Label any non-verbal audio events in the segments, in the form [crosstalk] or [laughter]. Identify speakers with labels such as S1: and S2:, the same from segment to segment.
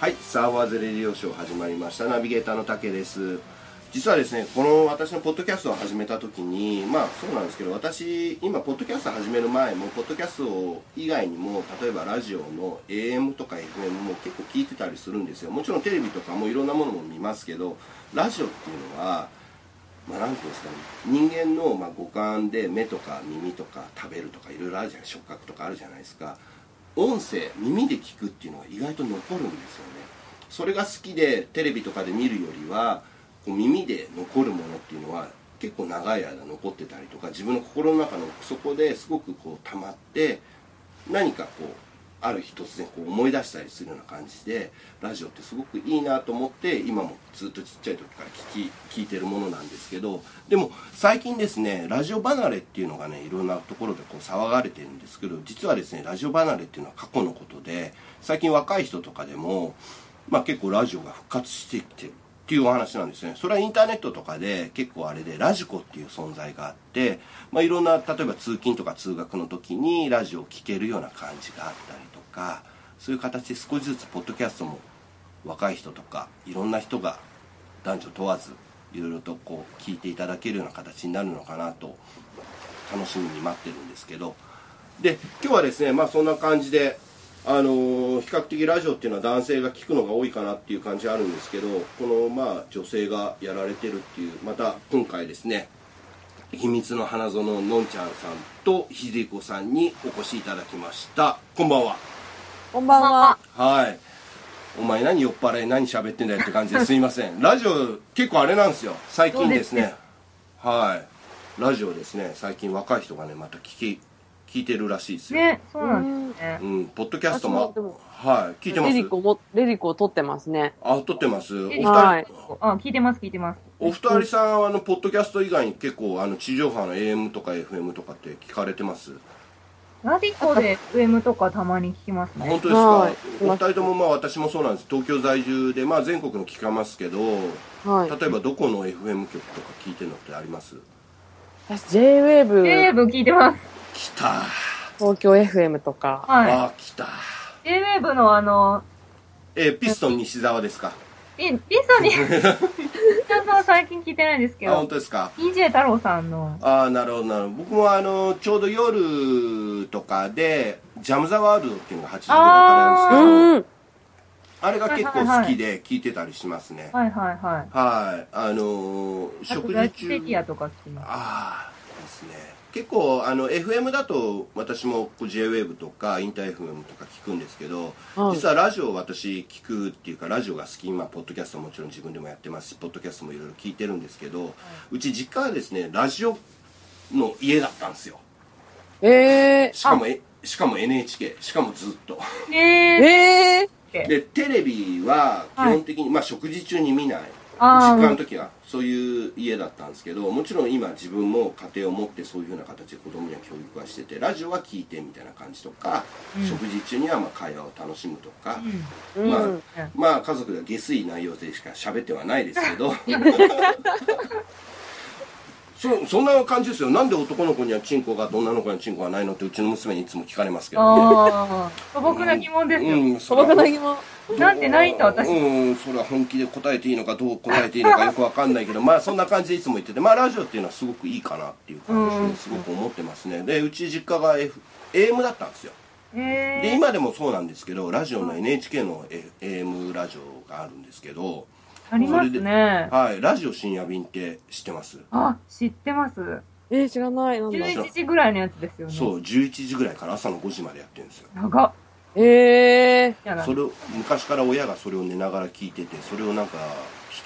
S1: はい、サーバーゼレリオショー始まりました。ナビゲーターの竹です。実はですね、この私のポッドキャストを始めた時に、まあそうなんですけど、私、今、ポッドキャスト始める前も、ポッドキャスト以外にも、例えばラジオの AM とか FM も結構聞いてたりするんですよ。もちろんテレビとかもいろんなものも見ますけど、ラジオっていうのは、まあ、なんていうんですかね人間のまあ五感で目とか耳とか食べるとかいろいろあるじゃない触覚とかあるじゃないですか音声耳で聞くっていうのは意外と残るんですよねそれが好きでテレビとかで見るよりはこう耳で残るものっていうのは結構長い間残ってたりとか自分の心の中の奥底ですごくこう溜まって何かこうある日突然こう思い出したりするような感じでラジオってすごくいいなと思って今もずっとちっちゃい時から聞き聞いてるものなんですけどでも最近ですねラジオ離れっていうのがねいろんなところでこう騒がれてるんですけど実はですねラジオ離れっていうのは過去のことで最近若い人とかでも、まあ、結構ラジオが復活してきてるっていうお話なんですねそれはインターネットとかで結構あれでラジコっていう存在があって、まあ、いろんな例えば通勤とか通学の時にラジオを聴けるような感じがあったりとかそういう形で少しずつポッドキャストも若い人とかいろんな人が男女問わずいろいろとこう聞いていただけるような形になるのかなと楽しみに待ってるんですけどで今日はですねまあそんな感じであのー比較的ラジオっていうのは男性が聞くのが多いかなっていう感じあるんですけどこのまあ女性がやられてるっていうまた今回ですね秘密の花園ののんちゃんさんと秀子さんにお越しいただきましたこんばんは
S2: こんばんは。
S1: はいお前何酔っ払い何喋ってんだよって感じですいません [laughs] ラジオ結構あれなんですよ最近です
S2: そう
S1: ねはいラジオですね最近若い人がねまた聞き聞いてるらしいですよ、
S2: ね、そうなんですね。
S1: うん、ポッドキャスト
S3: 私もでも
S1: もはい聞いてま
S3: レ
S1: す
S3: リコも、レリコを撮ってますね。
S1: あ、撮ってます。お二人、
S3: はい
S2: あ、聞いてます、聞いてます。
S1: お二人さんはあのポッドキャスト以外に結構あの地上波の AM とか FM とかって聞かれてます。
S2: ラジコで FM とかたまに聞きますね
S1: 本。当ですか。
S3: はい
S1: お二人ともまあ私もそうなんです。東京在住でまあ全国の聞かますけど、
S3: はい。
S1: 例えばどこの FM 局とか聞いてるのってあります？
S3: 私、J-Wave、
S2: J-Wave 聞いてます。
S1: 来た。
S3: 東京 FM とか、
S2: は
S1: あ、来た。
S2: い。J-Wave のあの、
S1: えーピストン西澤ですか。
S2: リリソ
S1: [laughs]
S2: に、ちょっと最近聞いてないんですけ
S1: あ、本
S2: ど、
S1: 当ですか。
S2: DJ 太郎さんの、
S1: ああなるほどなるほど僕もあのちょうど夜とかでジャム・ザ・ワールドっていうのが8時ぐらいから
S3: う
S1: やるんですけど
S3: ん。
S1: あれが結構好きで聞いてたりしますねはい、
S2: はいはいはい。
S1: あのー
S2: あと、
S1: 食
S2: ラ
S1: 事
S2: ジテキ
S1: 中
S2: アとか聞きます。
S1: ああですね結構あの FM だと私もこう JWAVE とかインター FM とか聞くんですけど、
S3: はい
S1: 実はラジオを私聞くっていうかラジオが好き今ポッドキャストもちろん自分でもやってますしポッドキャストもいろいろ聞いてるんですけど、うち実家はですねラジオの家だったんですよ
S3: え
S1: しかもえしかも NHK しかもずっと
S3: ー、
S2: えー、
S3: え
S1: でテレビは基本的に、まあ食事中に見ない
S2: あ
S1: 実家の
S2: ー
S1: 時はそういう家だったんですけどもちろん今自分も家庭を持ってそういうふうな形で子供には教育はしててラジオは聞いてみたいな感じとか、
S2: うん
S1: 食事中にはまあ会話を楽しむとか、
S3: ー、う
S1: まあ
S3: ん。
S1: まあ家族では下水内容でしか喋ってはないですけど [laughs] そそんな感じですよなんで男の子にはチンコがあって女の子にはチンコがないのってうちの娘にいつも聞かれますけどね
S2: あー、素朴な疑問ですよ。
S1: うん、そ
S3: 素
S1: れは
S3: 朴な疑問。
S2: なんてないんだ私
S1: うんそれは本気で答えていいのかどう答えていいのかよくわかんないけどまあそんな感じでいつも言っててまあラジオっていうのはすごくいいかなっていう感じですごく思ってますねでうち実家が、F、AM だったんですよ
S2: え
S1: で今でもそうなんですけどラジオの NHK の AM ラジオがあるんですけど
S2: ー、あります
S1: それ
S2: ね。
S1: はいラジオ深夜便って知ってます
S2: あ、知ってます。
S3: えー、知らない。なんだ。
S2: 11時ぐらいのやつですよね。
S1: そう11時ぐらいから朝の5時までやってるんですよ
S2: 長っ。
S3: えー、
S2: じゃない
S1: それを昔から親がそれを寝ながら聞いててそれをなんか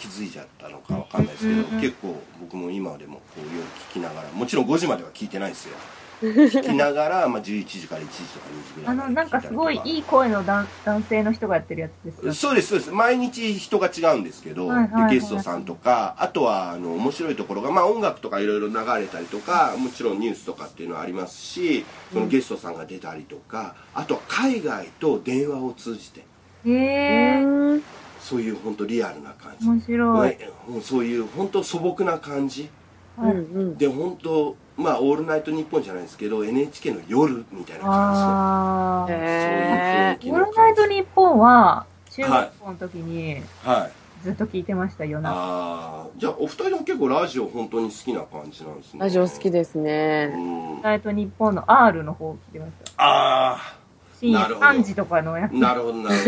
S1: 引き継いじゃったのかわかんないですけど、
S2: うんうん
S1: 結構僕も今でもこう夜聞きながらもちろん5時までは聞いてな
S2: [laughs]
S1: いですよ聞きながら、まあ、11時から1時とか2時ぐら
S2: あ
S1: いま
S2: の、
S1: で
S2: なんかすごいいい声の男男性の人がやってるやつですよ。
S1: そうですそうです毎日人が違うんですけど、
S2: はいはいはい
S1: でゲストさんとかあとはあの面白いところが、まあ、音楽とかいろいろ流れたりとかもちろんニュースとかっていうのはありますしそのゲストさんが出たりとか、あとは海外と電話を通じて
S2: へえー、
S3: うん
S1: そういう本当リアルな感じ
S2: 面白い。
S1: ねもうそういう本当素朴な感じ
S3: うんうん。
S1: で本当まあ「オールナイトニッポン」じゃないですけど NHK の夜みたいな感
S2: あ
S1: じ
S2: ー。
S1: そういう雰囲
S3: え
S1: 気
S2: オ
S1: の
S2: ール
S1: 感じ
S2: ナイトニッポンは、
S4: 中学校の時に
S1: はい
S4: ずっと聞いてました、夜中。
S1: ああじゃあお二人とも結構ラジオ本当に好きな感じなんですね
S3: ラジオ好きです
S1: う
S3: ね。
S1: んあ
S4: えっと、日本の R の方を聞いてました。
S1: あ
S4: 深夜
S1: なるほど
S4: 3時とかのやつ。
S1: なるほどなるほ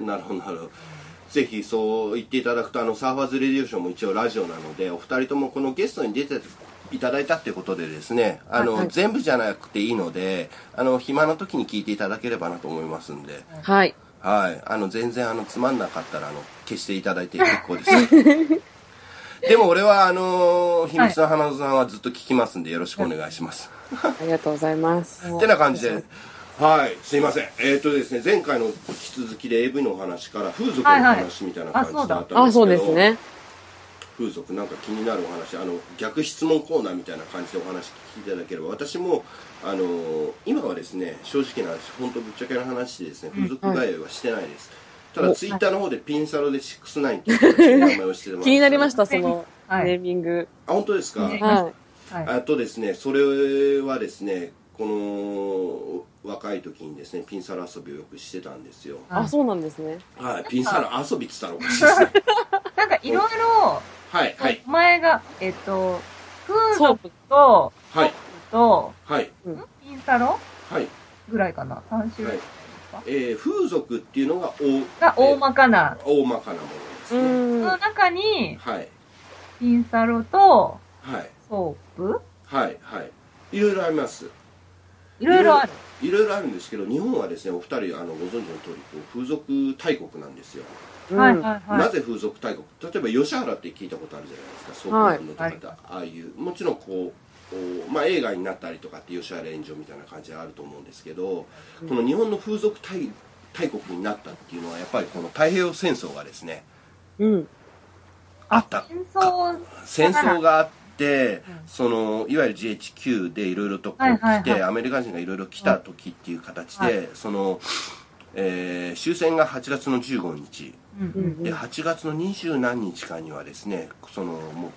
S1: どなるほどなるほどぜひそう言っていただくとあのサーファーズレディオショーも一応ラジオなのでお二人ともこのゲストに出ていただいたってことでですねあの、
S3: はいはい
S1: 全部じゃなくていいのであの暇な時に聞いていただければなと思いますんで
S3: はい。
S1: はい、あの全然あのつまんなかったらあの消していただいて結構です。
S3: [laughs]
S1: でも俺はあのー秘密の花園さんはずっと聞きますんでよろしくお願いします。
S3: ありがとうございます。
S1: ってな感じで。はい、すいません。えっ、とですね、前回の引き続きで AV のお話から風俗のお話みたいな感じだったんですけど、
S3: あ、そうですね。
S1: 風俗なんか気になるお話あの逆質問コーナーみたいな感じでお話聞いていただければ私もあのー今はですね正直な話本当ぶっちゃけな話でですね風俗外来はしてないです、ただ
S3: お
S1: ツイッターの方でピンサロで69っていう名前をしてます
S3: [laughs] 気になりましたた、その、ネ
S4: はい。
S3: ーミング。
S1: あ本当ですか、
S4: ね
S3: は
S4: はい。
S1: あとですねそれはですねこの若い時にですねピンサロ遊びをよくしてたんですよ
S3: い。あ、そうなんですね。
S1: はいピンサロ遊びって言ったらおかしいです
S4: [laughs]
S1: ね
S4: なんかいろいろ、
S1: はいはい
S4: お前が、えっと、風
S3: そう
S4: 俗。と、
S1: はい
S4: と、
S1: はい
S4: ピンサロ
S1: はい
S4: ぐらいかな ?3 種類
S1: はい
S4: ですか、
S1: えー風俗っていうのがお
S4: が大まかな。
S1: 大まかなものですね、
S3: う
S4: そ
S3: ん。
S4: の
S3: は
S4: 中に、
S1: はい
S4: ピンサロと、
S1: はい
S4: ソープ
S1: はいはいいろいろあります
S4: いろいろある。
S1: いろいろあるんですけど日本はですねお二人あのご存知の通りこう風俗大国なんですよ、
S4: はい
S3: い。
S4: はいは。
S1: ないぜ風俗大国例えば吉原って聞いたことあるじゃないですかそう
S3: はい
S1: の方、ああいうもちろんこうこうまあ、映画になったりとかって吉原炎上みたいな感じがあると思うんですけど、この日本の風俗大大国になったっていうのはやっぱりこの太平洋戦争がですね
S3: うん。
S1: あった
S4: 戦争、
S1: 戦争があって、
S4: うん
S1: そのいわゆる GHQ でいろいろとこう来て、
S4: はいはいはい
S1: アメリカ人がいろいろ来た時っていう形で、
S4: は
S1: その、えー終戦が8月の15日
S4: うん
S3: う
S4: うん
S3: ん。
S1: で8月の二十何日かにはですねそのもう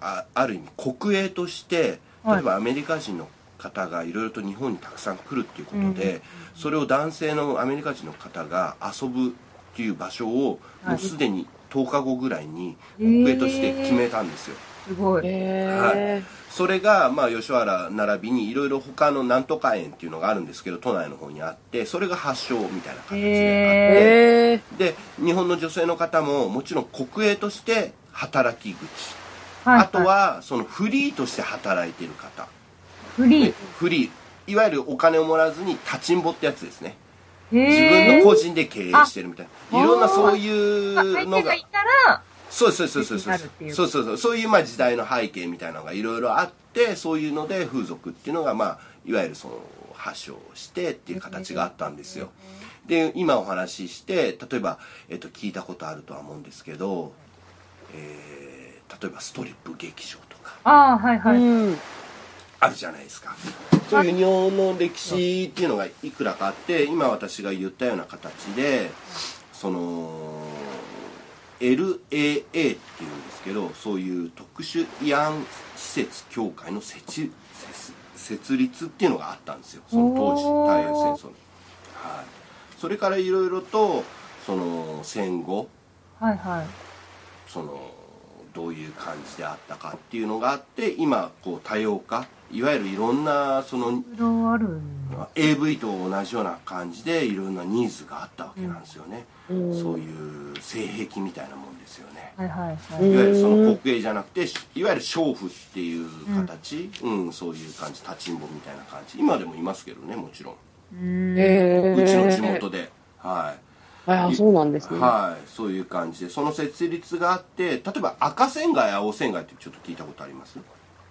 S1: あある意味国営として
S4: はい
S1: 例えばアメリカ人の方がいろいろと日本にたくさん来るっていうことで、それを男性のアメリカ人の方が遊ぶっていう場所を
S4: はい
S1: もうすでに10日後ぐらいに国営として決めたんですよ、
S4: すごい。
S3: へ
S1: それが、まあ、吉原並びにいろいろ他のなんとか園っていうのがあるんですけど都内の方にあってそれが発祥みたいな形
S3: え。
S1: で
S3: へえ。
S1: あって、で日本の女性の方ももちろん国営として働き口、
S4: はいい
S1: あと、はそのフリーとして働いてる方
S4: フリー。
S1: フリーいわゆるお金をもらわずに立ちんぼってやつですね自分
S4: へ
S1: の
S4: ー
S1: 個人で経営してるみたいないろんなそういう
S4: 相
S1: のが
S4: 手がいたら、
S1: そうそうそうそうそう
S4: になるっていう
S1: そうそうそうそういうまあ時代の背景みたいなのがいろいろあってそういうので風俗っていうのがまあいわゆるその発祥してっていう形があったんですよで今お話しして例えば、えっと、聞いたことあるとは思うんですけど、えー例えばストリップ劇場とか
S4: ああ、はいはい。
S3: うん。
S1: あるじゃないですかそういう日本の歴史っていうのがいくらかあって今私が言ったような形でその LAA っていうんですけどそういう特殊慰安施設協会の設置設設立っていうのがあったんですよその当時
S4: おー
S1: 太平洋戦争のはいそれからいろいろとその戦後
S4: はいはい。
S1: そのどういう感じであったかっていうのがあって今こう多様化いわゆるいろんなその
S4: いろいろあるんだ
S1: AV と同じような感じでいろんなニーズがあったわけなんですよね、
S3: うん
S1: そういう性癖みたいなもんですよね、
S4: はいはいはい。
S3: うん
S1: いわゆるその国営じゃなくていわゆる娼婦っていう形、うんそういう感じ立ちんぼみたいな感じ今でもいますけどねもちろん
S4: うーん
S3: へえ。
S1: うちの地元で、はい
S3: あ、そうなんですね。
S1: はい、そういう感じでその設立があって例えば赤線街青線街ってちょっと聞いたことあります、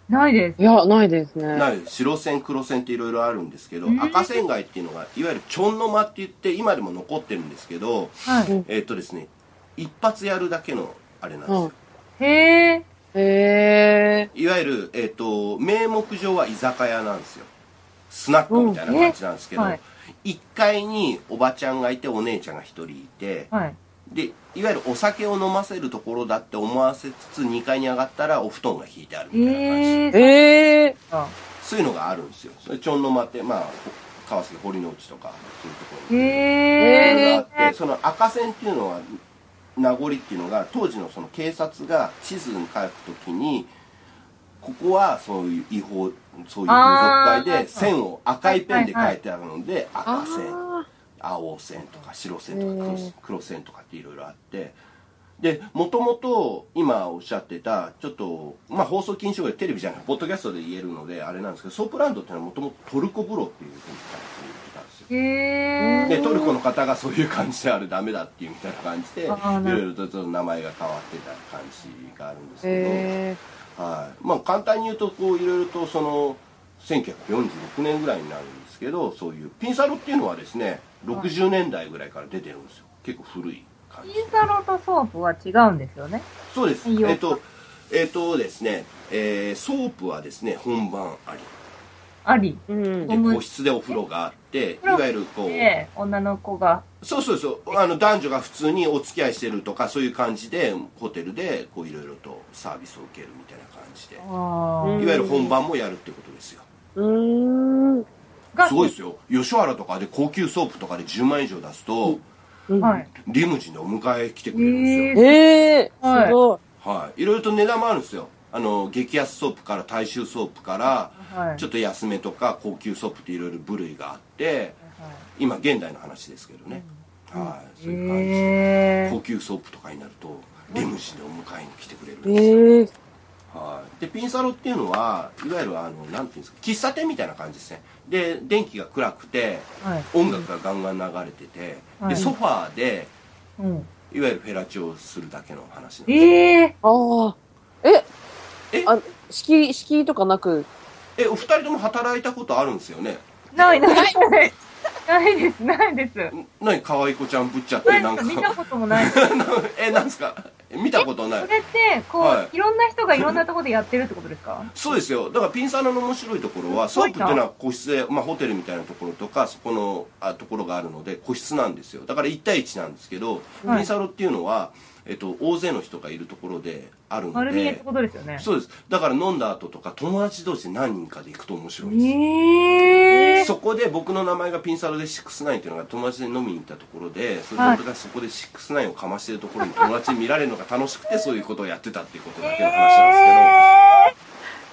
S4: ないです。
S3: いや、ないですね。
S1: ない白線黒線っていろいろあるんですけど、
S4: うん
S1: 赤線街っていうのがいわゆるちょんの間って言って今でも残ってるんですけど
S4: はい。
S1: えっ、とですね一発やるだけのあれなんですよ、
S3: うん
S4: へえ。
S3: へえ。
S1: いわゆる、えっと名目上は居酒屋なんですよスナックみたいな感じなんですけど、
S4: うんえ
S1: 1階におばちゃんがいてお姉ちゃんが1人いて、
S4: はい。
S1: でいわゆるお酒を飲ませるところだって思わせつつ2階に上がったらお布団が引いてあるみたいな感じ、
S4: へえ。
S3: ええ。
S4: あ
S1: そういうのがあるんですよそれちょんの間ってまあ川崎堀之内とかそういうところに
S4: え
S1: っていうの
S4: え
S1: があってその赤線っていうのは名残っていうのが当時のその警察が地図に書くときにここはそういう違法そういう風
S4: あー
S1: 俗会で線を赤いペンで書いてあるので赤線
S3: あ
S1: 青線とか白線とか
S3: へ
S1: 黒
S3: ー
S1: 黒線とかっていろいろあってでもともと今おっしゃってたちょっとまあ放送禁止用でテレビじゃないポッドキャストで言えるのであれなんですけどソープランドっていうのはもともとトルコ風呂っていう風に言ってたんですよ
S4: ー。え
S1: でトルコの方がそういう感じであれダメだっていうみたいな感じでい
S4: あーなるほど
S1: ろいろとちょっと名前が変わってた感じがあるんですけ
S3: ー
S1: ど、
S3: え
S1: はいまあ、簡単に言うとこういろいろとその1946年ぐらいになるんですけどそういうピンサロっていうのはですね60年代ぐらいから出てるんですよ結構古い感じ
S4: ピンサロとソープは違うんですよね。
S1: そうです
S4: いいよ
S1: えっ、とえっ、とですね、えーソープはですね本番あり
S4: あり。
S3: ー。うん。
S1: で個室でお風呂があっていわゆるこう
S4: で、女の子が。
S1: そうそうそうあの男女が普通にお付き合いしてるとかそういう感じでホテルでこういろいろとサービスを受けるみたいな感じでい
S4: あ
S1: わ
S4: ー
S1: ゆる本番もやるってことですよ
S3: うーん。
S4: が
S1: すごいですよ吉原とかで高級ソープとかで10万円以上出すと、
S3: うん
S4: はい。
S1: リムジンでお迎え来てくれるんですよ、
S4: え
S3: ええ
S4: はい
S3: すご
S1: はいいろいろと値段もあるんですよあの激安ソープから大衆ソープから
S4: はい。
S1: ちょ
S4: っ
S1: っと安めとか高級ソープっていろいろ部類があって今現代の話ですけどね、はいそういう感じで
S4: え
S1: 高級ソープとかになるとリムジンでお迎えに来てくれるん
S3: い。
S1: ですよ、
S3: ええ
S1: はいでピンサロっていうのはいわゆるあのなんていうんですか喫茶店みたいな感じですねで電気が暗くて
S4: ー。はい。
S1: 音楽がガンガン流れてて、
S4: は
S1: で
S4: い
S1: ソファーで
S4: うん。
S1: いわゆるフェラチオをするだけの話なんですよ
S4: ええ
S3: ああ。
S1: え
S3: あ敷居、敷居とかなく。
S1: えお二人とも働いたことあるんですよね
S4: ー。ないないない。ないです、ないです。
S1: ん何可愛い子ちゃんぶっちゃって
S4: ない
S1: な
S4: なんん
S1: か
S4: か見たこともない。そ
S1: [laughs] えなんですかえ見たことない
S4: れって、こう、、
S1: はい
S4: ろんな人がいろんなところでやってるってことですか
S1: そうですよだからピンサロの面白いところは
S4: す
S1: ソ
S4: ご
S1: ー
S4: い
S1: プ
S4: な
S1: っていうのは個室で、まあ、ホテルみたいなところとかそこのあところがあるので個室なんですよだから1対1なんですけど、
S4: はい
S1: ピンサロっていうのは、えっと、大勢の人がいるところであるの
S4: 丸見えって
S1: で
S4: ことですよね。
S1: そうですだから飲んだ後とか友達同士で何人かで行くと面白いんですよ
S4: ええ
S1: そこで僕の名前がピンサロで69っていうのが友達で飲みに行ったところでそれで
S4: はい
S1: 僕がそこで69をかましてるところに友達に見られるのが楽し
S4: [laughs]
S1: くてそういうことをやってたっていうことだけの話なん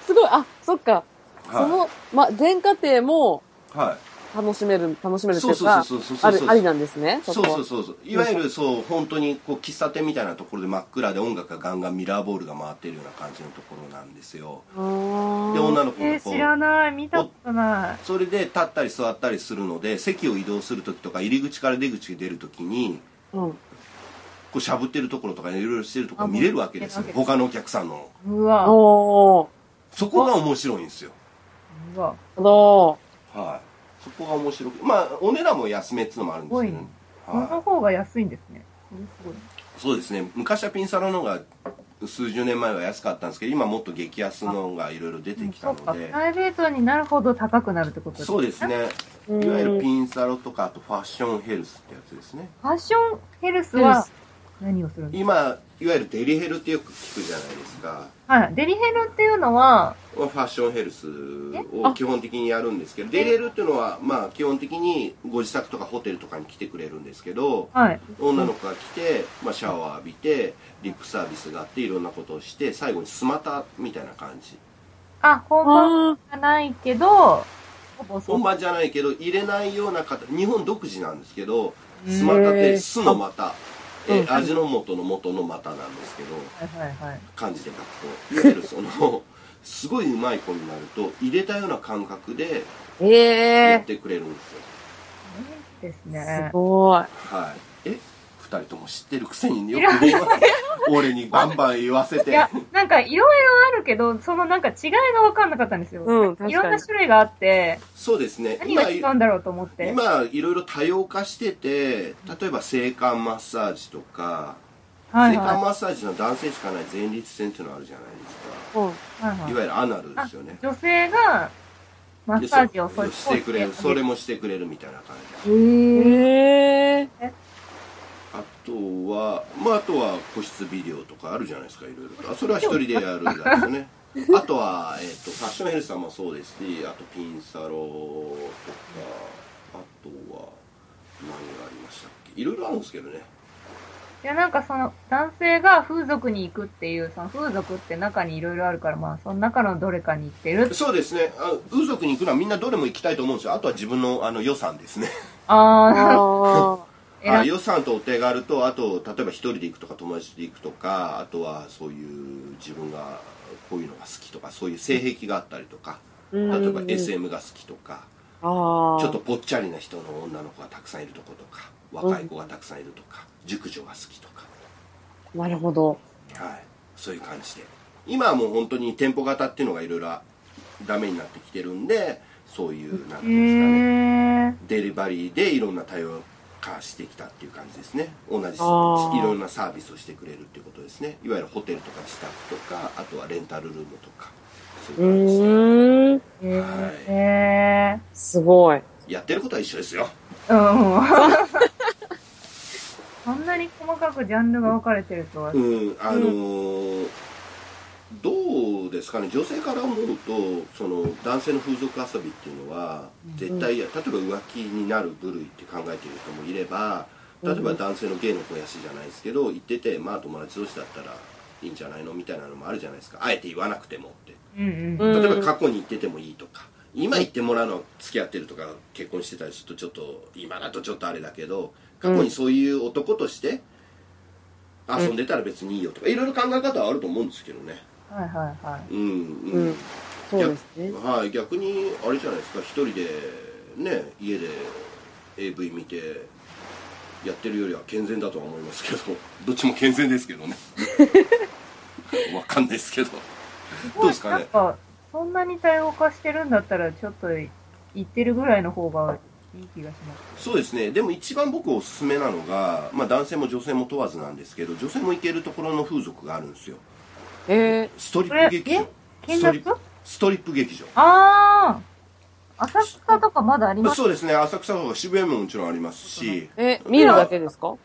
S3: すごい。あ、そっか。
S1: ですけど、
S3: その、ま、全家庭も
S1: はい、はい、
S3: 楽しめる、楽しめるって
S1: そ
S3: いうう
S1: そう
S3: か、
S1: そうそうそ
S3: あ
S1: うそう
S3: り、ありなんですね。
S1: そう
S3: こ
S1: そうそうそういわゆるそう本当にこう喫茶店みたいなところで真っ暗で音楽がガンガンミラーボールが回ってるような感じのところなんですよ
S3: あー
S1: で女の子
S4: え
S1: が
S4: ー
S1: こ
S4: 知
S1: う
S4: らない。見たことない。
S1: それで立ったり座ったりするので席を移動する時とか入り口から出口に出る時に
S3: うん。
S1: こうしゃぶってるところとかいろいろしてるとこ
S4: あ
S1: ろ見れるわけですよ
S4: 見れるわけです
S1: 他のお客さんの
S4: うわ。う
S3: おー。
S1: そこが面白いんですよ
S4: わ。
S3: あの
S1: はいそこが面白くまあお値段も安めっつうのもあるんですけど、ね
S4: この
S1: は
S4: 方が安いんですね。これすごい。
S1: い、そうですね昔はピンサロの方が数十年前は安かったんですけど今もっと激安のがいろいろ出てきた
S4: そう
S1: の
S4: かプ
S1: で
S4: ライベートになるほど高くなるってこと
S1: そうです。ね
S3: ー
S1: いわゆるピンサロとかあとファッションヘルスってやつですね
S4: ファッションヘルス
S3: ヘル
S4: は
S3: ス
S4: 何をするんです
S1: 今いわゆるデリヘルってよく聞くじゃないですか
S4: かはい。デリヘルっていうのは、
S1: ファッションヘルスを基本的にやるんですけどデリヘルっていうのはまあ基本的にご自宅とかホテルとかに来てくれるんですけど
S4: はい。
S1: 女の子が来て、まあ、シャワー浴びてリップサービスがあっていろんなことをして最後にスマタみたいな感じ
S4: あ、本番
S3: あ
S4: じゃないけど、ほぼそう
S1: 本番じゃないけど入れないような方日本独自なんですけどスマタって酢の股
S3: うん
S1: えー味の素の元の股なんですけど
S4: はいはいはい。
S1: 漢字で書くといわゆるその [laughs] すごいうまい子になると入れたような感覚で
S3: ー。え
S1: やっ
S3: え
S1: てくれるんですよ、
S4: いいです
S3: ー。
S4: ね
S3: す。ごい。
S1: はいえ二人とも知ってるくせによく言わ俺にバンバン言わせ
S4: い
S1: て
S4: や、なんかいろいろあるけど、そのなんか違いが分かんなかったんですよ。
S3: うん、確かに。
S4: いろんな種類があって、
S1: そうですね
S4: 何が違うんだろうと思って。
S1: 今いろいろ多様化してて例えば性感マッサージとか、
S4: はい
S1: 性感
S4: は
S1: マッサージの男性しかない前立腺っていうのあるじゃないです
S3: うん。
S4: い。はい
S1: か、
S4: はい
S1: いわゆるアナルですよね
S4: 女性がマッ
S1: で
S4: サージを
S1: そ
S4: そうう
S1: してくれるそれもしてくれるみたいな感じ
S3: へ
S1: [laughs]
S3: え。
S1: あとはまああとは個室ビデオとかあるじゃないですかいろいろとあそれは一人でやるんだけどねあとは、えっとファッションヘルスさんもそうですしあとピンサロとかあとは何がありましたっけいろいろあるんですけどね
S4: いや、なんかその、男性が風俗に行くっていう、その風俗って中にいろいろあるから、まあ、その中のどれかに行ってる。
S1: そうですねあ風俗に行くのはみんなどれも行きたいと思うんですよあとは自分のあの予算ですね
S4: あ
S3: ああ。
S4: ー、
S1: あ
S4: 偉い。
S1: 予算とお手軽とあと例えば一人で行くとか友達で行くとかあとはそういう自分がこういうのが好きとかそういう性癖があったりとか
S3: 例
S1: 例えば SM が好きとか
S3: ああ。
S1: ちょっと。ぽっちゃりな人の女の子がたくさんいるとことか若い子がたくさんいるとか熟女が好きとか
S3: なるほど。
S1: はいそういう感じで今はもう本当に店舗型っていうのがいろいろダメになってきてるんでそういうなんて
S4: え
S1: いうんですかね
S4: ー、
S1: デリバリーでいろんな多様化してきたっていう感じですね同じい
S3: あー
S1: ろんなサービスをしてくれるっていうことですねいわゆるホテルとか自宅とかあとはレンタルルームとかそう
S3: う
S1: いう感じで
S3: ーん。
S4: え
S3: すごい。
S1: やってることは一緒ですよ [laughs]
S4: ー、うん。こんなに細かくジャンルが分かれてるとは。
S1: うんあのーどうですかね女性から思うとその男性の風俗遊びっていうのは絶対や例えば浮気になる部類って考えてる人もいれば例えば男性の芸の肥やしじゃないですけど行っててまあ友達同士だったらいいんじゃないのみたいなのもあるじゃないですかあえて言わなくてもって
S4: うん
S3: う
S4: うんん。
S1: 例えば過去に行っててもいいとか今行ってもらうのは付き合ってるとか結婚してたりするとちょっと今だとちょっとあれだけど過去にそういう男として遊んでたら別にいいよとかいろいろ考え方はあると思うんですけどね
S4: はいはいはい。
S1: うん
S3: う
S1: うん
S3: ん、そうですね。
S1: はい逆にあれじゃないですか一人でね家で AV 見てやってるよりは健全だとは思いますけどどっちも健全ですけど
S4: [laughs]
S1: ねわかんないですけどどうですかね
S4: なんか、そんなに多様化してるんだったら、ちょっと行ってるぐらいの方がいい気がします。
S1: そうですねでも一番僕おすすめなのが、まあ、男性も女性も問わずなんですけど女性も行けるところの風俗があるんですよ
S3: え
S1: ストリップ劇場
S4: こ
S1: スト
S4: 見
S1: リッ
S4: 学
S1: プストリップ劇場
S4: ああ浅草とかまだあります
S1: そうですね浅草とか渋谷ももちろんありますし
S3: ー、え、見るだけですか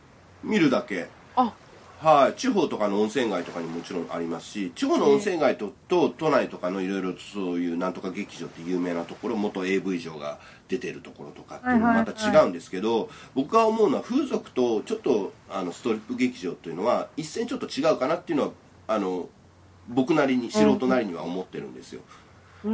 S1: 見るだけ
S3: あ
S1: はい、地方とかの温泉街とかにもちろんありますし地方の温泉街と,、と都内とかのいろいろそういうなんとか劇場って有名なところ元 AV 嬢が出てるところとかっていうの
S4: はいはい
S1: ま
S4: はい
S1: た違うんですけど、僕が思うのは風俗とちょっとあのストリップ劇場っていうのは一線ちょっと違うかなっていうのはあの僕なりに素人なりには思ってるんですよ、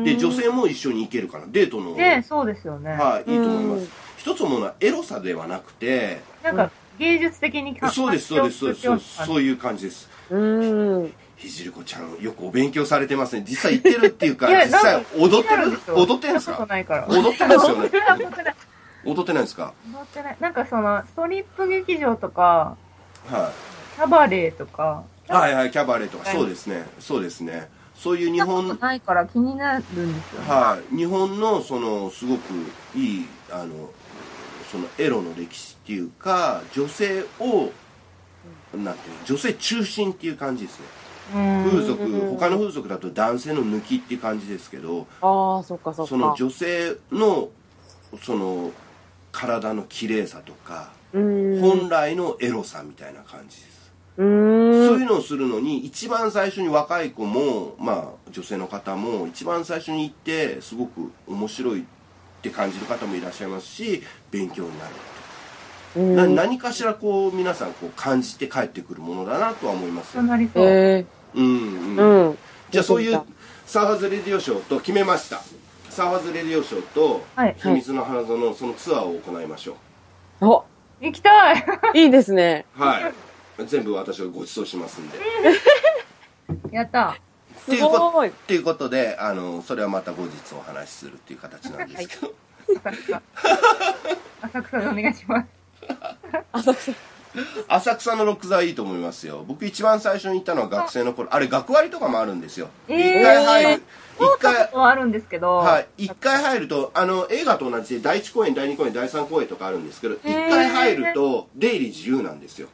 S1: で女性も一緒に行けるかなデートの、
S4: ねそうですよね。
S1: はい、いいと思いま
S3: うん
S1: す一つ思うのはエロさではなくて
S4: なんか、芸術的にか
S1: そうですそうですそうですそうです
S4: そう
S1: そういう感じです
S3: うーん。
S1: ひじりこちゃんよくお勉強されてますね実際行ってるっていうか
S4: いや
S1: 実際踊ってる踊ってるん
S4: る
S1: です
S4: [laughs] こと
S1: か
S4: ないから。
S1: 踊ってますよ
S4: 踊
S1: ね
S4: ってない踊ってない
S1: 踊ってないんですか
S4: 踊ってない。なんかその、ストリップ劇場とか、
S1: は
S4: キャバレーとか、
S1: いはいはいキャバレーとか
S4: はい
S1: そうですねそうですねそういう日
S4: 行っ
S1: 本
S4: たことないから気になるんですよね。
S1: はい日本のそのすごくいいあのそのエロの歴史っていうか女性をなんていう女性中心っていう感じですね
S4: うん
S1: 風俗他の風俗だと男性の抜きっていう感じですけど
S3: ああ、そっかそっか。
S1: その女性のその体の綺麗さとか
S3: うーん。
S1: 本来のエロさみたいな感じです、
S3: うーん。
S1: そういうのをするのに一番最初に若い子もまあ女性の方も一番最初に行ってすごく面白いって感じる方もいらっしゃいますし勉強になる、
S3: うん
S1: な何かしらこう皆さんこう感じて帰ってくるものだなとは思います
S4: そ
S1: よ、
S4: うなりそう。
S3: え
S1: うんう
S3: ー、
S1: ん
S3: うん。
S1: じゃあそうい
S3: そううか
S1: サーファーズレディオショーと決めましたサーファーズレディオショーと
S4: はい
S1: [laughs] 秘密の花園のそのツアーを行いましょ
S3: お、
S4: 行きたい [laughs]
S3: いいですね。
S1: うはい、全部私がご馳走しますんで
S4: やった。
S1: っ
S3: す
S1: ていうこと
S3: ごい。
S1: っていうことであのそれはまた後日お話しするっていう形なんですけど、
S4: 浅草。浅草でお願いします。
S1: [laughs] 浅草のロック座はいいと思いますよ僕一番最初に行ったのは学生の頃あれ学割とかもあるんですよ一、
S4: えー
S1: 回入る
S4: 通
S1: 一
S4: った
S1: 回
S4: ことはあるんですけど、
S1: はい、一回入るとあの映画と同じで第一公演第二公演第三公演とかあるんですけど一回入ると出入り自由なんですよ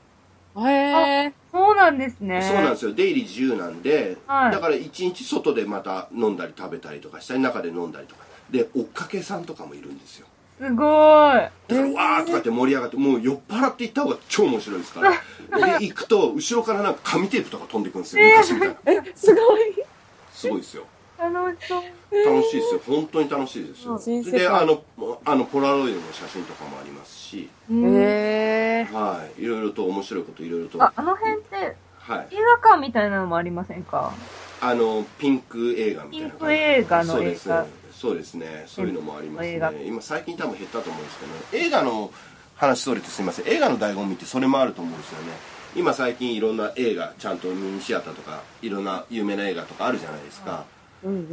S3: へえ。
S4: そうなんですね。
S1: そうなんですよ出入り自由なんで、
S4: はい
S1: だから一日外でまた飲んだり食べたりとかしたり中で飲んだりとかで追っかけさんとかもいるんですよ
S4: すごい。
S1: だからわーとかって盛り上がってもう酔っ払っていった方が超面白いですからで行くと後ろからなんか紙テープとか飛んでくるんですよ昔みたいな
S3: え、すごい。
S1: すごいですよ
S4: 楽しそう。
S1: 楽しいですよ本当に楽しいですよ
S3: 人生観
S1: であのあのポラロイドの写真とかもありますし
S3: えー。
S1: はいいろいろと面白いこといろいろと
S4: あ、あの辺って
S1: はい
S4: 映画館みたいなのもありませんか
S1: あのピンク映画みたいな感じ
S4: ピンク映画の
S1: そうですね
S4: 映画
S1: そうですねそういうのもあります
S4: 映
S1: ね
S4: 画
S1: 今最近多分減ったと思うんですけど、ね、映画の話それてすみません映画の醍醐味ってそれもあると思うんですよね今最近いろんな映画ちゃんとミニシアターとかいろんな有名な映画とかあるじゃないですか、
S3: うんうん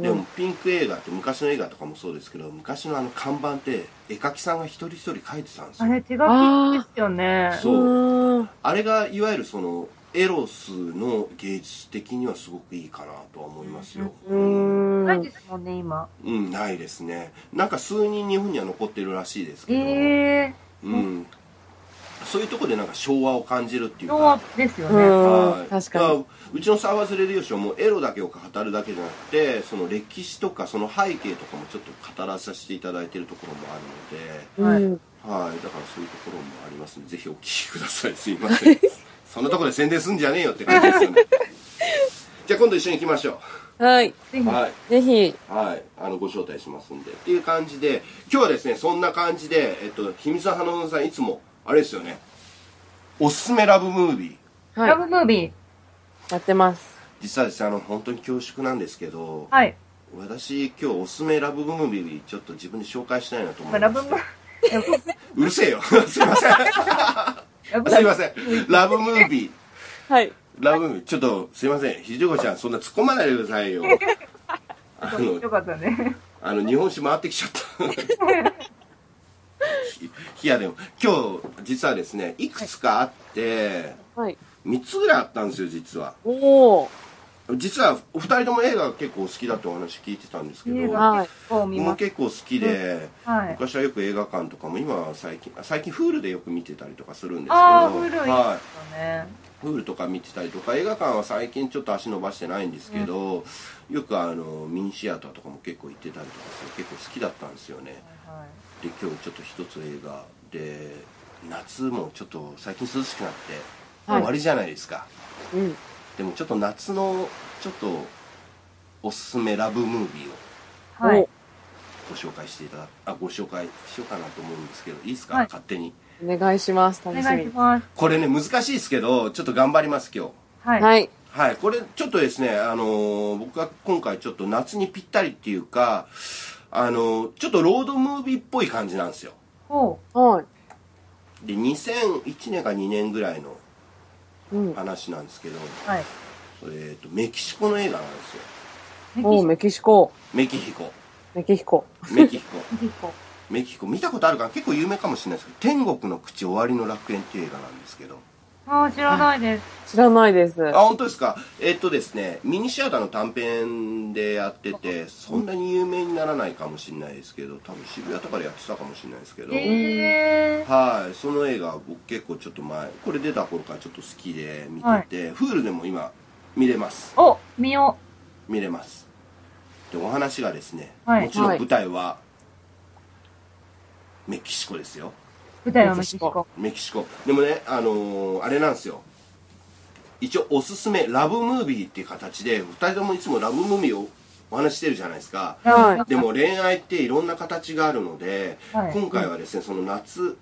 S1: でもピンク映画って昔の映画とかもそうですけど昔のあの看板って絵描きさんが一人一人描いてたんです
S4: あ
S1: よ
S4: れ手書きですよね。
S1: そう
S3: うーん
S1: あれがいわゆるそのエロスの芸術的にはすごくいいかなとは思いますよ、
S3: う
S4: ない
S3: ーん
S4: ですもんね、今。
S1: うん、ないですね。なんか数人日本には残ってるらしいですけど、
S4: ええ
S1: うん、そういうとこでなんか昭和を感じるってい
S4: ー、
S1: う
S4: 昭和
S1: か、
S4: ですよ
S3: う
S4: ね。
S1: は
S3: ん
S1: い
S3: 確か
S1: だ
S3: に
S1: らうちの沢ズレディオショーもエロだけを語るだけじゃなくて、その歴史とかその背景とかもちょっと語らさせていただいてるところもある
S4: はい
S3: うん
S1: ので、はい、だからそういうところもありますので、ぜひお聞きください。すいませ
S3: [laughs]
S1: ん。そんなとこで宣伝すんじゃねえよって感じですよね。じゃあ今度一緒に行きましょ
S3: はい。
S4: ぜ
S1: う。
S4: ひ。
S1: はい。
S3: ぜひ。
S1: はい、あのご招待しますんでっていう感じで今日はですねそんな感じで、えっと、秘密の花園さんいつもあれですよねおすすめラブムービー
S3: は
S4: ラ
S3: い。
S4: ブムービー。
S3: やってます。
S1: 実はですねあの本当に恐縮なんですけど、
S4: はい。
S1: 私今日おすすめラブムービーちょっと自分で紹介したいなと思
S4: まあ
S1: い
S4: ラ
S1: ま
S4: ブ
S1: し
S4: ム
S1: て
S4: ー
S1: [laughs]
S4: ビー。
S1: うるせえよ [laughs] すいません
S4: ラブ
S1: すいませんラブムービー
S3: はい。
S1: ラブムービーちょっとすいませんひじこちゃんそんな突っ込まないでください
S4: [laughs]
S1: よあ
S4: ム
S1: の
S4: ービー。よかったね。
S1: あの日本酒回ってきちゃった。 [laughs] ひいやでも今日実はですねいくつかあって
S3: はい。
S1: 3つぐらいあったんですよ実は
S3: おー。
S1: 実はお二人とも映画結構好きだってお話聞いてたんですけど
S4: 映
S1: 僕
S4: 画結構見
S1: も
S4: ます。
S1: 結構好きで
S4: はい。
S1: 昔はよく映画館とかも今は最近あ最近 Hulu でよく見てたりとかするんですけど
S4: ああ、古いですよ
S1: はい
S4: ね。
S1: プールとか見てたりとか映画館は最近ちょっと足伸ばしてないんですけど、よくあのミニシアターとかも結構行ってたりとかして結構好きだったんですよね
S4: はいはい
S1: で今日ちょっと一つ映画で夏もちょっと最近涼しくなって
S3: はい
S1: 終わりじゃないですか、
S3: うん。
S1: でもちょっと夏のちょっとおすすめラブムービーを
S4: はい。
S1: ご紹介していただあご紹介しようかなと思うんですけどいいですか、
S4: はい
S1: 勝手に
S3: お願いします。
S4: お
S3: 楽し
S4: 願い
S3: み
S4: し。ます。
S1: これね難しいですけどちょっと頑張ります今日
S4: はい。
S3: はい。
S1: はい、これちょっとですね、あのー僕が今回ちょっと夏にぴったりっていうか、あのーちょっとロードムービーっぽい感じなんですよ。
S4: ほ
S3: は
S1: で、2001年か2年ぐらいの
S3: い。うん。
S1: 話なんですけど、
S4: う。はい。
S1: えっ、と、メキシコの映画なんですよ。
S4: メキ
S3: おー、メキシコ。
S1: メキヒコ。
S3: メキヒコ。
S1: メキヒコ。
S4: シコ。
S1: メキヒコ。見たことあるかな結構有名かもしれないですけど、天国の口終わりの楽園っていう映画なんですけど。
S4: ああ、知らないです。
S3: 知らないです。
S1: あ、本当ですかえっ、とですね、ミニシアターの短編でやってて、そんなに有名にならないかもしれないですけど、多分渋谷とかでやってたかもしれないですけど。
S4: ええー。
S1: はい、その映画僕結構ちょっと前これ出た頃からちょっと好きで見てて、Hulu でも今見れます
S4: お、見よ
S1: 見れますでお話がですね、
S4: はい
S1: もちろん
S3: はい
S1: 舞台はメキシコですよ
S4: う。舞台はメキ
S3: メキシ
S4: シコ
S3: コ。
S1: メキシコでもねあのーあれなんですよ一応おすすめラブムービーっていう形で2人ともいつもラブムービーをお話ししてるじゃないですか
S3: はい
S1: でも恋愛っていろんな形があるので、
S4: はい
S1: 今回はですねその夏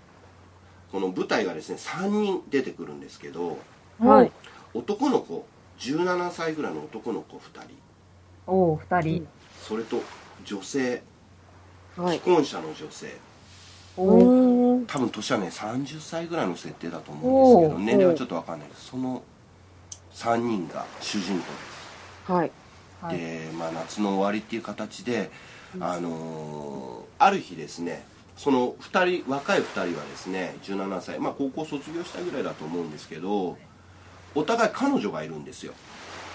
S1: この舞台がですね3人出てくるんですけど
S3: はい。
S1: 男の子17歳ぐらいの男の子2人
S4: おお、二人。
S1: それと女性
S3: は
S1: 既
S3: い。
S1: 婚者の女性
S3: うーん。
S1: 多分年はね30歳ぐらいの設定だと思うんですけ
S4: お
S1: ど
S4: ー
S1: 年齢はちょっとわかんないですその3人が主人公です
S3: はい。
S4: はい。
S1: で、まあ、夏の終わりっていう形で、あのーある日ですねその2人若い2人はですね17歳、まあ、高校卒業したぐらいだと思うんですけどお互い彼女がいるんですよ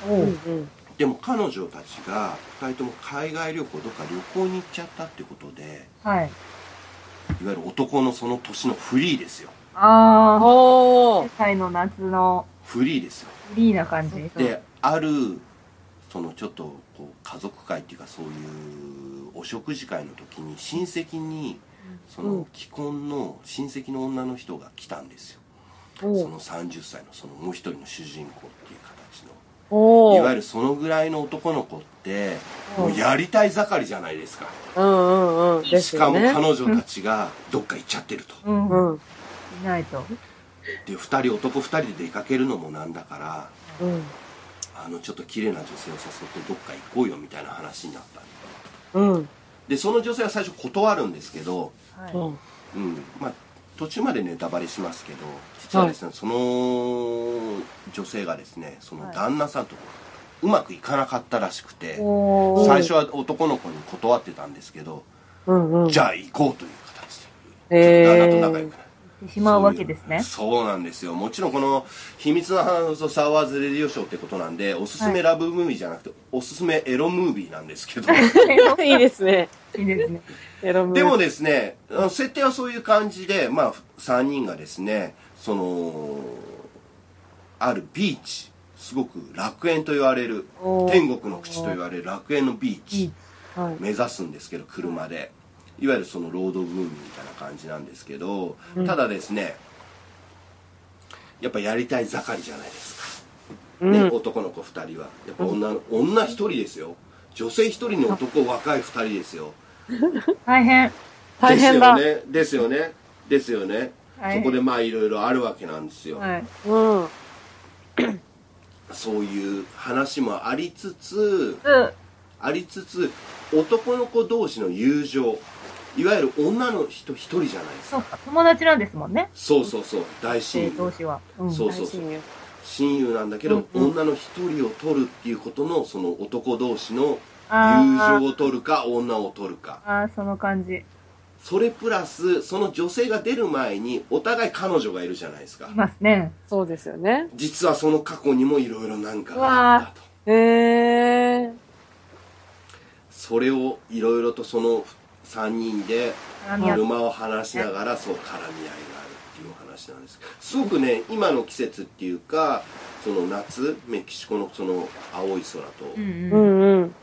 S4: お
S3: うん
S4: お
S3: う。ん。
S1: でも彼女たちが2人とも海外旅行どっか旅行に行っちゃったってことで
S4: はい。
S1: いわゆる男のその年のフリーですよ
S4: ああ、
S3: お
S4: 世
S3: ー。
S4: 界の夏の
S1: フリーですよ
S4: フリーな感じ。
S1: であるそのちょっとこう家族会っていうかそういうお食事会の時に親戚にそ
S3: うん
S1: の既婚の親戚の女の人が来たんですよ、
S3: お
S1: そ
S3: ー
S1: の30歳のそのもう一人の主人公っていう形の
S3: お
S1: い
S3: ー
S1: わゆるそのぐらいの男の子ってもうやりたい盛りじゃないですか
S3: うんうんうん。です
S1: しか
S3: よ
S1: も
S3: ね。
S1: 彼女たちがどっか行っちゃってると
S4: うん。
S3: う
S4: うん
S3: ん。
S4: いないと。
S1: で2人男2人で出かけるのもなんだから
S3: うん。
S1: あのちょっと綺麗な女性を誘ってどっか行こうよみたいな話になった
S3: うん。
S1: でその女性は最初断るんですけど、
S4: はい。
S3: うん。
S1: うんまあ、途中までネタバレしますけど実はですね、その女性がですねその旦那さんとうまくいかなかったらしくて、
S4: お
S3: ー
S1: 最初は男の子に断ってたんですけど、
S3: うんうん。
S1: じゃあ行こうという形で、旦
S3: へー
S1: 那と仲良くなる。
S4: しまうわけですね。
S1: そういうそうなんですよ。もちろんこの秘密の花とサワーズレディオショーってことなんで、おすすめラブムービーじゃなくて、おすすめエロムービーなんですけど。
S3: [laughs] いいですね。
S4: いいですね。
S3: エロムー
S1: でもですね、あの設定はそういう感じで、まあ、3人がですね、その、あるビーチ、すごく楽園と言われる、
S3: おー
S1: 天国の口と言われる楽園のビー
S4: い
S1: チ
S4: い。。
S3: はい。
S1: 目指すんですけど車でいわゆるそのロードブームみたいな感じなんですけど、
S3: うん
S1: ただですねやっぱやりたい盛りじゃないです
S3: う
S1: か、ね
S3: ん。
S1: 男の子2人はやっぱ女の、女1人ですよ女性1人の男若い2人ですよ
S4: 大変。
S3: 大変だ。
S1: ですよねですよねですよね、
S4: はい
S1: そこでまあいろいろあるわけなんですよ、
S4: はい。
S3: うん。
S1: そういう話もありつつ
S4: つ、
S1: ありつつ男の子同士の友情いわゆる女の人1人じゃないですか
S4: そうか、友達なんですもんね。
S1: そうそうそう大親
S4: え
S1: 友
S4: ー、同士は。うん。
S1: そうそうそう
S3: 大親友
S1: 親友なんだけど、
S3: うんうん
S1: 女の一人を取るっていうことのその男同士の
S4: あ
S1: 友情を取るか女を取るか
S4: あ、ああ、その感じ。い
S1: それプラスその女性が出る前にお互い彼女がいるじゃないですか
S4: ますね。
S3: そうですよね。
S1: 実はその過去にもいろいろなんかがあったと
S3: へえ。
S1: それをいろいろとその3人で
S4: 絡み合って
S1: 車を離しながらそう絡み合いがあるっていうお話なんですすごくね今の季節っていうかその夏メキシコのその青い空と、
S4: うん
S3: う
S4: うん。
S3: んうん。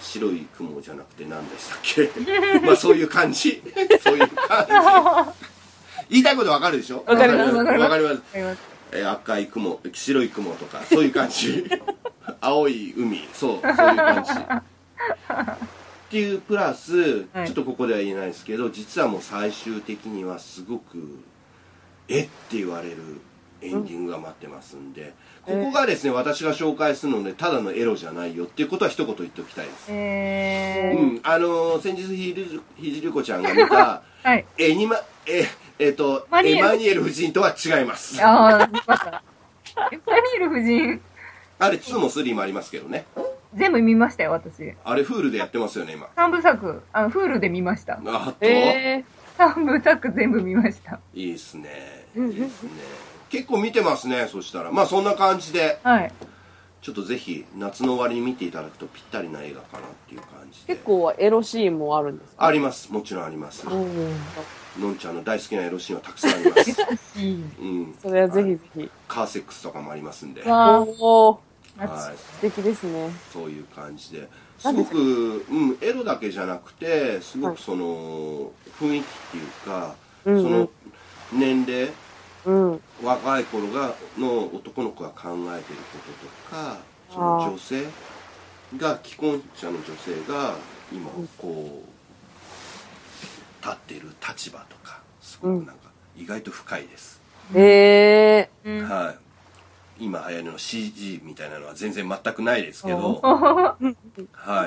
S1: 白い雲じゃなくて何でしたっけ [laughs] まあそういう感じそういう感じ言いたいことわかるでしょ
S3: わかります
S1: わ
S4: わ
S1: かります、
S4: あります
S1: えー赤い雲白い雲とかそういう感
S4: [laughs]
S1: じ青い海そうそういう感じっていうプラス、
S4: はい
S1: ちょっとここでは言えないですけど実はもう最終的にはすごくえって言われるエンディングが待ってますんで、
S3: うん
S1: ここがですね私が紹介するのでただのエロじゃないよっていうことは一言言っておきたいです
S4: えー、
S1: うん、あのー先日ひじひじりこちゃんが見た
S4: [laughs] はい。
S1: エニマええっ、と
S4: マニエル
S1: エマニエル夫人とは違いますあ
S4: ああ、見ました。エマニエル夫人、
S1: れ2も3もありますけどね
S4: 全部見ましたよ、私。
S1: あれフールでやってますよね今
S4: 三部作、あ、フールで見ました。
S1: あと、
S3: え
S4: 三部作全部見ました。
S1: いいっすねいいっすね結構見てますねそしたらまあそんな感じで
S4: はい。
S1: ちょっとぜひ夏の終わりに見ていただくとぴったりな映画かなっていう感じ
S3: ー、
S1: で
S3: 結構エロシーンもあるんですか
S1: ありますもちろんあります
S3: う
S1: の
S3: ん。
S1: んちゃんの大好きなエロシーンはたくさんあり
S3: [laughs]
S1: ます、
S4: いい。
S1: うん、
S3: それはぜ
S1: は
S3: ひ
S1: い
S3: ぜひ。
S1: カーセックスとかもありますんでは
S4: [laughs] わあ、
S3: おお
S4: 夏。
S1: い
S3: 素敵ですね。
S1: そういう感じです
S3: なん
S1: ご
S3: ですか
S1: く、うん、エロだけじゃなくてすご
S3: はい
S1: くその、雰囲気っていうか、
S3: うん
S1: その年齢
S3: うん。
S1: 若い頃がの男の子が考えてることとかその
S3: あー
S1: 女性が既婚者の女性が今こう立っている立場とかすごくなんか意外と深いです、
S3: え
S4: うん
S1: はい今流行りの CG みたいなのは全然全くないですけど、 [laughs] は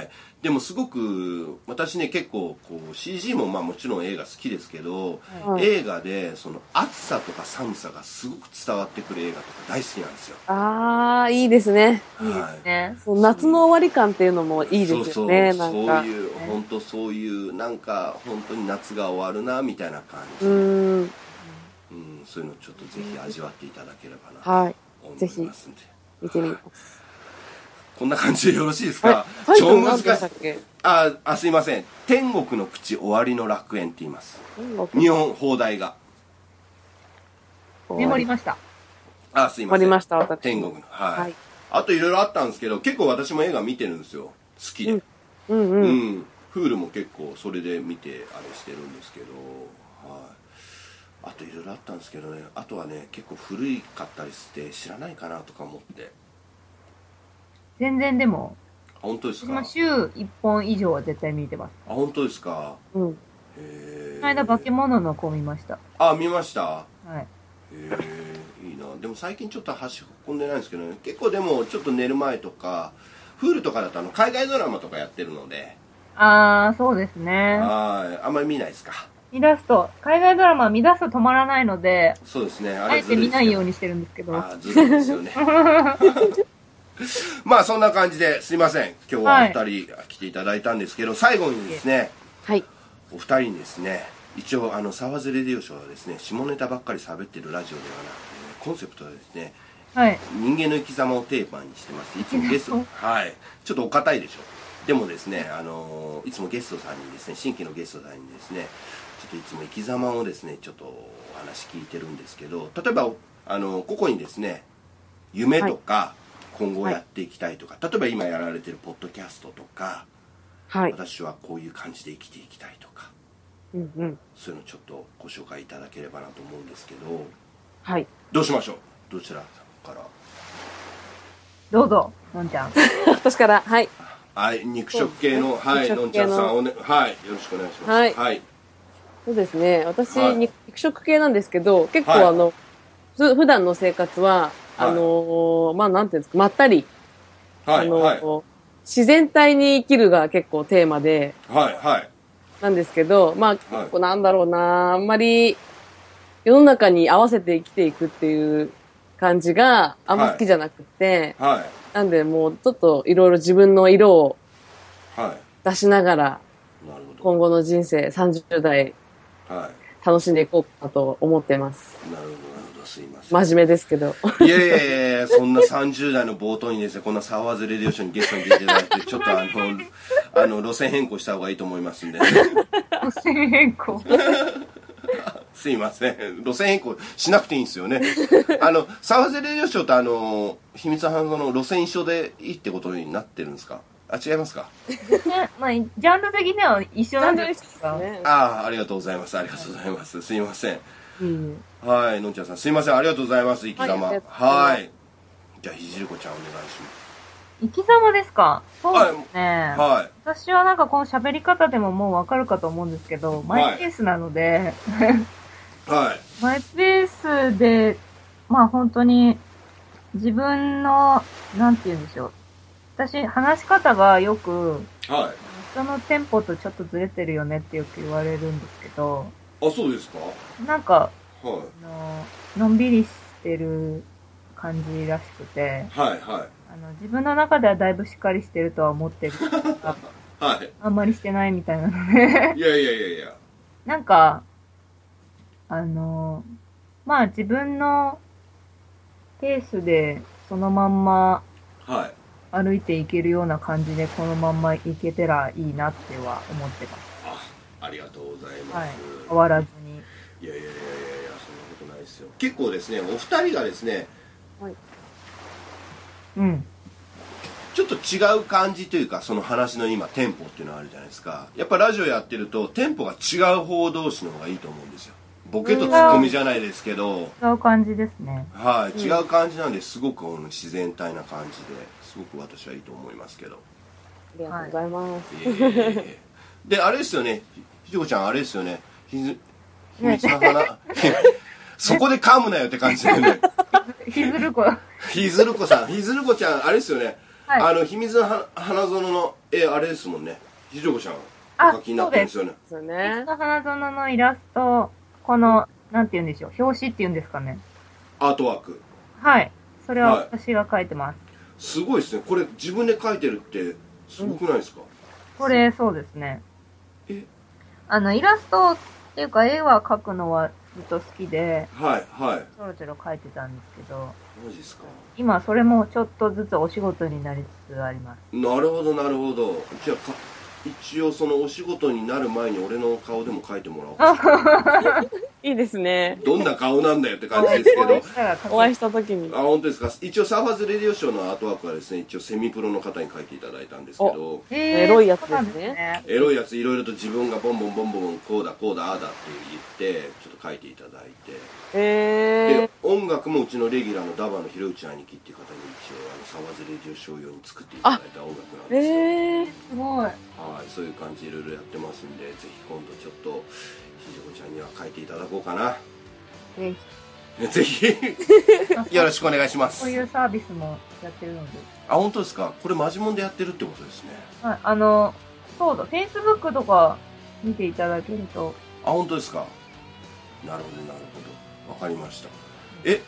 S1: い、でもすごく私ね結構こう CG もまあもちろん映画好きですけど、
S3: ー。はい
S1: 映画でその暑さとか寒さがすごく伝わってくる映画とか大好きなんですよ、
S3: ああ、いいですね。
S4: いいで
S1: は
S4: すね。
S3: そう夏の終わり感っていうのもいいですよね。
S1: そうそう
S3: なん
S1: そう
S3: か。
S1: いう本当そういうなんか本当に夏が終わるなみたいな感じ、
S3: うーん。
S1: うんそういうのちょっとぜひ味わっていただければなと
S3: はい。
S1: 思い
S3: ぜひ
S1: ますんで
S3: 見てみます。
S1: こんな感じでよろしいですか、
S3: はい。タイト
S1: 超
S3: ル
S1: 難
S3: 何
S1: し
S3: でしたっ
S1: い
S3: け
S1: ああすいません天国の口終わりの楽園って言います日本放題が
S4: メモり
S3: ま
S4: ました。
S1: あすい
S3: 終
S1: ま
S3: わ
S1: せ
S3: り
S1: ん
S3: ました、私。
S1: 天国のはい、
S3: はい
S1: あといろいろあったんですけど結構私も映画見てるんですよ好きで
S3: うん
S1: うん、
S3: うん。
S1: フールも結構それで見てあれしてるんですけどはいあといろいろあったんですけどねあとはね結構古かったりして知らないかなとか思って
S4: 全然でも、
S1: 本当です
S4: その
S1: か
S4: 週1本以上は絶対見てます。
S1: あ本当ですか
S3: うん。
S1: へえ
S4: この間、化け物の子見ました。
S1: あ見ました
S4: はい。
S1: へえいいなでも最近ちょっと足運んでないんですけどね結構でもちょっと寝る前とかフールとかだとあの海外ドラマとかやってるので、
S4: あー、そうですね。
S1: はいあんまり見ないですか
S4: 見出すと、海外ドラマは見出すと止まらないので、
S1: そうですねあ
S4: あ
S1: れ
S4: え
S1: ず
S4: て
S1: る
S4: 見
S1: ですけど
S4: ないようにしてるんですけど。
S1: あーずるいですよねまあそんな感じですいません今日は
S4: はい
S1: お二人来ていただいたんですけど、最後にですね
S3: はい。
S1: お二人にですね一応あの沢ズレディオショーはですね下ネタばっかり喋ってるラジオではなくて、コンセプトはですね
S4: はい。
S1: 人間の生き様をテーマにしてましていつもゲス
S3: [laughs]
S1: トはいちょっとお堅いでしょでもですねあのーいつもゲストさんにですね新規のゲストさんにですねちょっといつも生き様をですねちょっとお話聞いてるんですけど例えばあのここにですね夢とか、今後やっていきたいとか、例えば今やられてるポッドキャストとか、
S3: はい。
S1: 私はこういう感じで生きていきたいとか
S3: うんうん。
S1: そういうのちょっとご紹介いただければなと思うんですけど [laughs]
S3: はい。
S1: どうしましょうどちらから
S4: どうぞ、のんちゃ [laughs] ん。
S3: 私から、はい。
S1: はい、肉食系の、
S3: そう
S1: はい、
S3: 肉
S1: のん
S3: 食
S1: ちゃ
S3: 系
S1: ん
S3: の
S1: さん、おね、はい、よろしくお願いします。
S3: はい
S1: はい、
S3: そうですね。私、
S1: はい
S3: 肉肉食系なんですけど、結構
S1: はい
S3: あの、ふ普段の生活は、
S1: はい
S3: あのーまあ、なんていうんですか、まったり、
S1: は
S3: あ
S1: い、
S3: の
S1: はい、
S3: ー自然体に生きるが結構テーマで、
S1: はい、はい、
S3: なんですけど、まあ、結構なんだろうな、あんまり、世の中に合わせて生きていくっていう感じがあんま好きじゃなくて、
S1: はい、
S3: なんでもうちょっといろいろ自分の色を
S1: は
S3: 出しながら、
S1: い、なるほ
S3: 今後の人生30代
S1: ど。はい、
S3: 楽しんでいこうかと思ってます。
S1: なるほど、なるほど、すいません。
S3: 真面目ですけど。
S1: いやいやいやいや、そんな30代の冒頭にですね、こんな沢ズレディオションにゲストに出ていただいて、ちょっとあの、あの、路線変更した方がいいと思いますんで、 [laughs]
S4: 路線変更。
S1: すいません。路線変更しなくていいんですよね。あの、沢ズレディオションとあの、秘密半蔵の路線一緒でいいってことになってるんですかあ、違いますか
S4: ね [laughs] まあ、ジャンル的には一緒なんですが。
S1: ああ、ありがとうございます。ありがとうございます。すいません。
S3: うん
S1: はい、のんちゃんさん、すいません。ありがとうございます。生き様。
S3: は
S1: はいい。
S3: あり
S1: じゃあ、ひじるこちゃん、お願いし
S4: 生き様ですかそうですね
S1: ます。。は
S4: 私はなんかこの喋り方でももうわかるかと思うんですけど、マイペースなので、
S1: い。はい。
S4: マイペースで、まあ本当に自分の、なんて言うんでしょう。私、話し方がよく、
S1: は
S4: 人のテンポとちょっとずれてるよねってよく言われるんですけど、
S1: い。あ、そうですかは
S4: なんか、
S1: い。
S4: あののんびりしてる感じらしくて、
S1: はい、は
S4: あの自分の中ではだいぶしっかりしてるとは思ってるけどあ
S1: い。はい。
S4: あんまりしてないみたいなので、
S1: いやいやいやいや。
S4: なんか、あの、まあ自分のペースでそのまんま
S1: はい。
S4: 歩いていけるような感じでこのまんまいけたらいいなっては思ってます。
S1: あ、ありがとうございま
S4: はい
S1: す。。
S4: 変わらずに。
S1: いやいやいやいやいや、そんなことないですよ。結構ですね、お二人がですね、
S4: うん。
S1: ちょっと違う感じというか、その話の今、テンポっていうのはあるじゃないですか。やっぱラジオやってると、テンポが違う方同士の方がいいと思うんですよ。ボケとツッコミじゃないですけど、
S4: 違う感じですね。
S1: はい、違う感じなんですごくあの自然体な感じですごく私はいいと思いますけど。
S3: ありがとうございます。
S1: いえいえいえいえで、あれですよね、ひひじこちゃん、あれですよね、ひず秘密の花、 [laughs] そこで噛むなよって感じだよね。
S4: ひず [laughs] る子。は
S1: ひずるこさん、ひずるこちゃん、あれですよね、
S4: い。
S1: あの秘密の花花園の絵、あれですもんね、ひじこちゃん、
S4: あ
S1: お書きになってるんですよね。
S3: そう
S4: 水
S3: ね。
S4: の花園のイラスト、この、なんて言うんでしょう、表紙って言うんですかね。
S1: アートワーク。
S4: はい。それは
S1: はい
S4: 私が書いてます。
S1: すごいですね、これ、自分で描いてるって、すごくないですか、
S4: これ、そうですね
S1: え。
S4: あの、イラストっていうか、絵は描くのはずっと好きで、
S1: はい、はい。
S4: ちょろちょろ描いてたんですけど、
S1: マジですか
S4: 今それもちょっとずつお仕事になりつつあります。
S1: なるほどなるほどじゃあか一応そのお仕事になる前に俺の顔でも描いてもらおうか
S3: いいですね。
S1: どんな顔なんだよって感じですけ
S4: こう
S1: ど
S4: したら描く
S3: お会いした時に。
S1: あ本当ですか一応サーファーズレディオショーのアートワークはですね一応セミプロの方に描いていただいたんですけど
S4: えー
S3: エロいやつですね
S4: そうなんね。
S1: エロいやついろいろと自分がボンボンボンボンこうだこうだああだって言ってちょっと描いていただいて
S3: え
S1: で
S3: ー。
S1: 音楽もうちのレギュラーのダバの広内兄貴っていう方に一応あの沢津レディオショー用に作っていただいた音楽なんですよ、
S3: えー、
S4: すごい。
S1: はいそういう感じでいろいろやってますんでぜひ今度ちょっとひじこちゃんには書いていただこうかな [laughs]
S3: ね
S1: ぜひよろしくお願いします
S4: こういうサービスもやってるので。
S1: あ本当ですかこれマジモンでやってるってことですね
S4: はい、あの、そうだ、Facebook とか見ていただけると、
S1: あ本当ですかなるほどなるほどわかりましたえ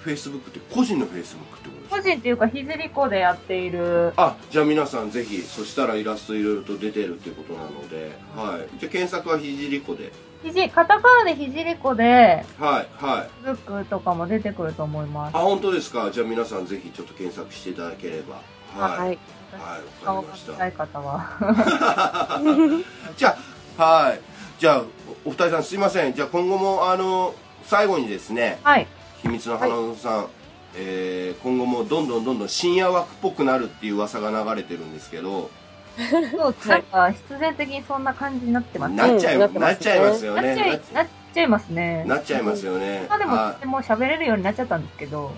S1: フェイスブックって個人のフェイスブックってことですか
S4: 個人っていうか、ひずりこでやっている、
S1: あじゃあ皆さんぜひそしたらイラストいろいろと出てるってことなので、はい、じゃあ検索はひじりこで
S4: ひじ、カタカナでひじりこで、
S1: はいはい
S4: Facebook とかも出てくると思います。
S1: あ本当ですかじゃあ皆さんぜひちょっと検索していただければはい
S3: はい。
S1: はいわ、
S4: 顔
S1: かりま
S4: が見
S1: した
S4: たい方は。
S1: じゃあはいじゃあおお二人さんすいませんじゃあ今後もあの最後にですね
S4: はい。
S1: 秘密の花園さん、えー今後もどんどんどんどん深夜枠っぽくなるっていう噂が流れてるんですけど
S4: そうですね。あ必然的にそんな感じになってます。
S1: なっちゃい、
S3: うん
S1: な
S3: な
S1: っ
S3: っ
S1: ち
S3: てます
S1: ゃいます
S3: ね
S1: よ
S4: なっ
S1: ね
S4: ちゃい、なっちゃいますね。
S1: なっちゃいますよね
S4: まあでも、
S1: は
S4: もう喋れるようになっちゃったんですけど、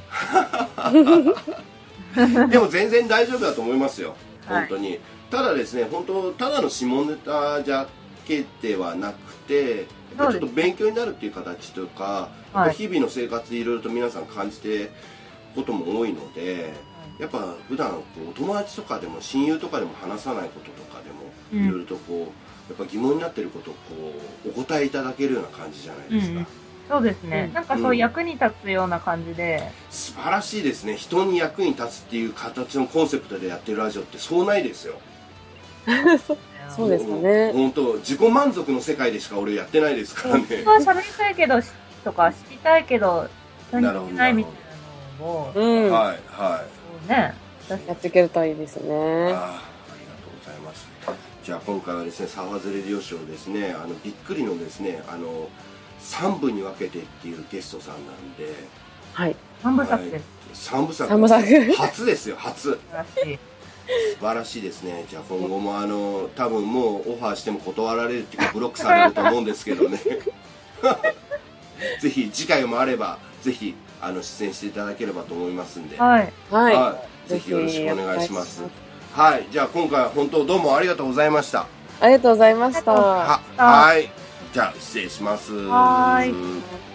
S4: [laughs]
S1: いでも全然大丈夫だと思いますよ
S4: はい
S1: 本当に、ただですね本当ただの下ネタじゃけではなくてやっぱちょっと勉強になるっていう形とか、やっぱ
S4: はい
S1: 日々の生活でいろいろと皆さん感じてることも多いのでやっぱ普段こうお友達とかでも親友とかでも話さないこととかでも
S4: うん
S1: いろいろとこう、やっぱ疑問になってることをこうお答えいただけるような感じじゃないですか、
S4: うんそうですね。
S3: うん
S4: なんかそう、役に立つような感じで、
S1: 素晴らしいですね人に役に立つっていう形のコンセプトでやってるラジオってそうないですよ
S3: そうですかね
S1: 本当自己満足の世界でしか俺やってないですからね
S4: 本当は喋りたいけどしとか知りたいけど何
S1: なるほど
S4: もないみたいなのをそ
S3: うん。や
S1: はいは
S4: うね
S1: い
S3: っていけるといいですね。
S1: あーありがとうございますじゃあ今回はですね沢ズレディオショーですねあのびっくりのですねあの3部に分けてっていうゲストさんなんで
S3: はい。
S4: 三部作です
S1: 3部作
S3: 三部作
S1: 初ですよ初
S4: らしい
S1: 素晴らしいですねじゃあ今後もあの多分もうオファーしても断られるっていうかブロックされると思うんですけどねぜひ次回もあればぜひあの出演していただければと思いますんでは
S4: はい
S3: はい。
S1: いぜひよろしくお願いします
S3: お願いし
S1: はいじゃあ今回は本当どうもありがとうございました
S3: ありがとうございました。
S1: ははいじゃあ失礼します
S4: はーい
S1: うん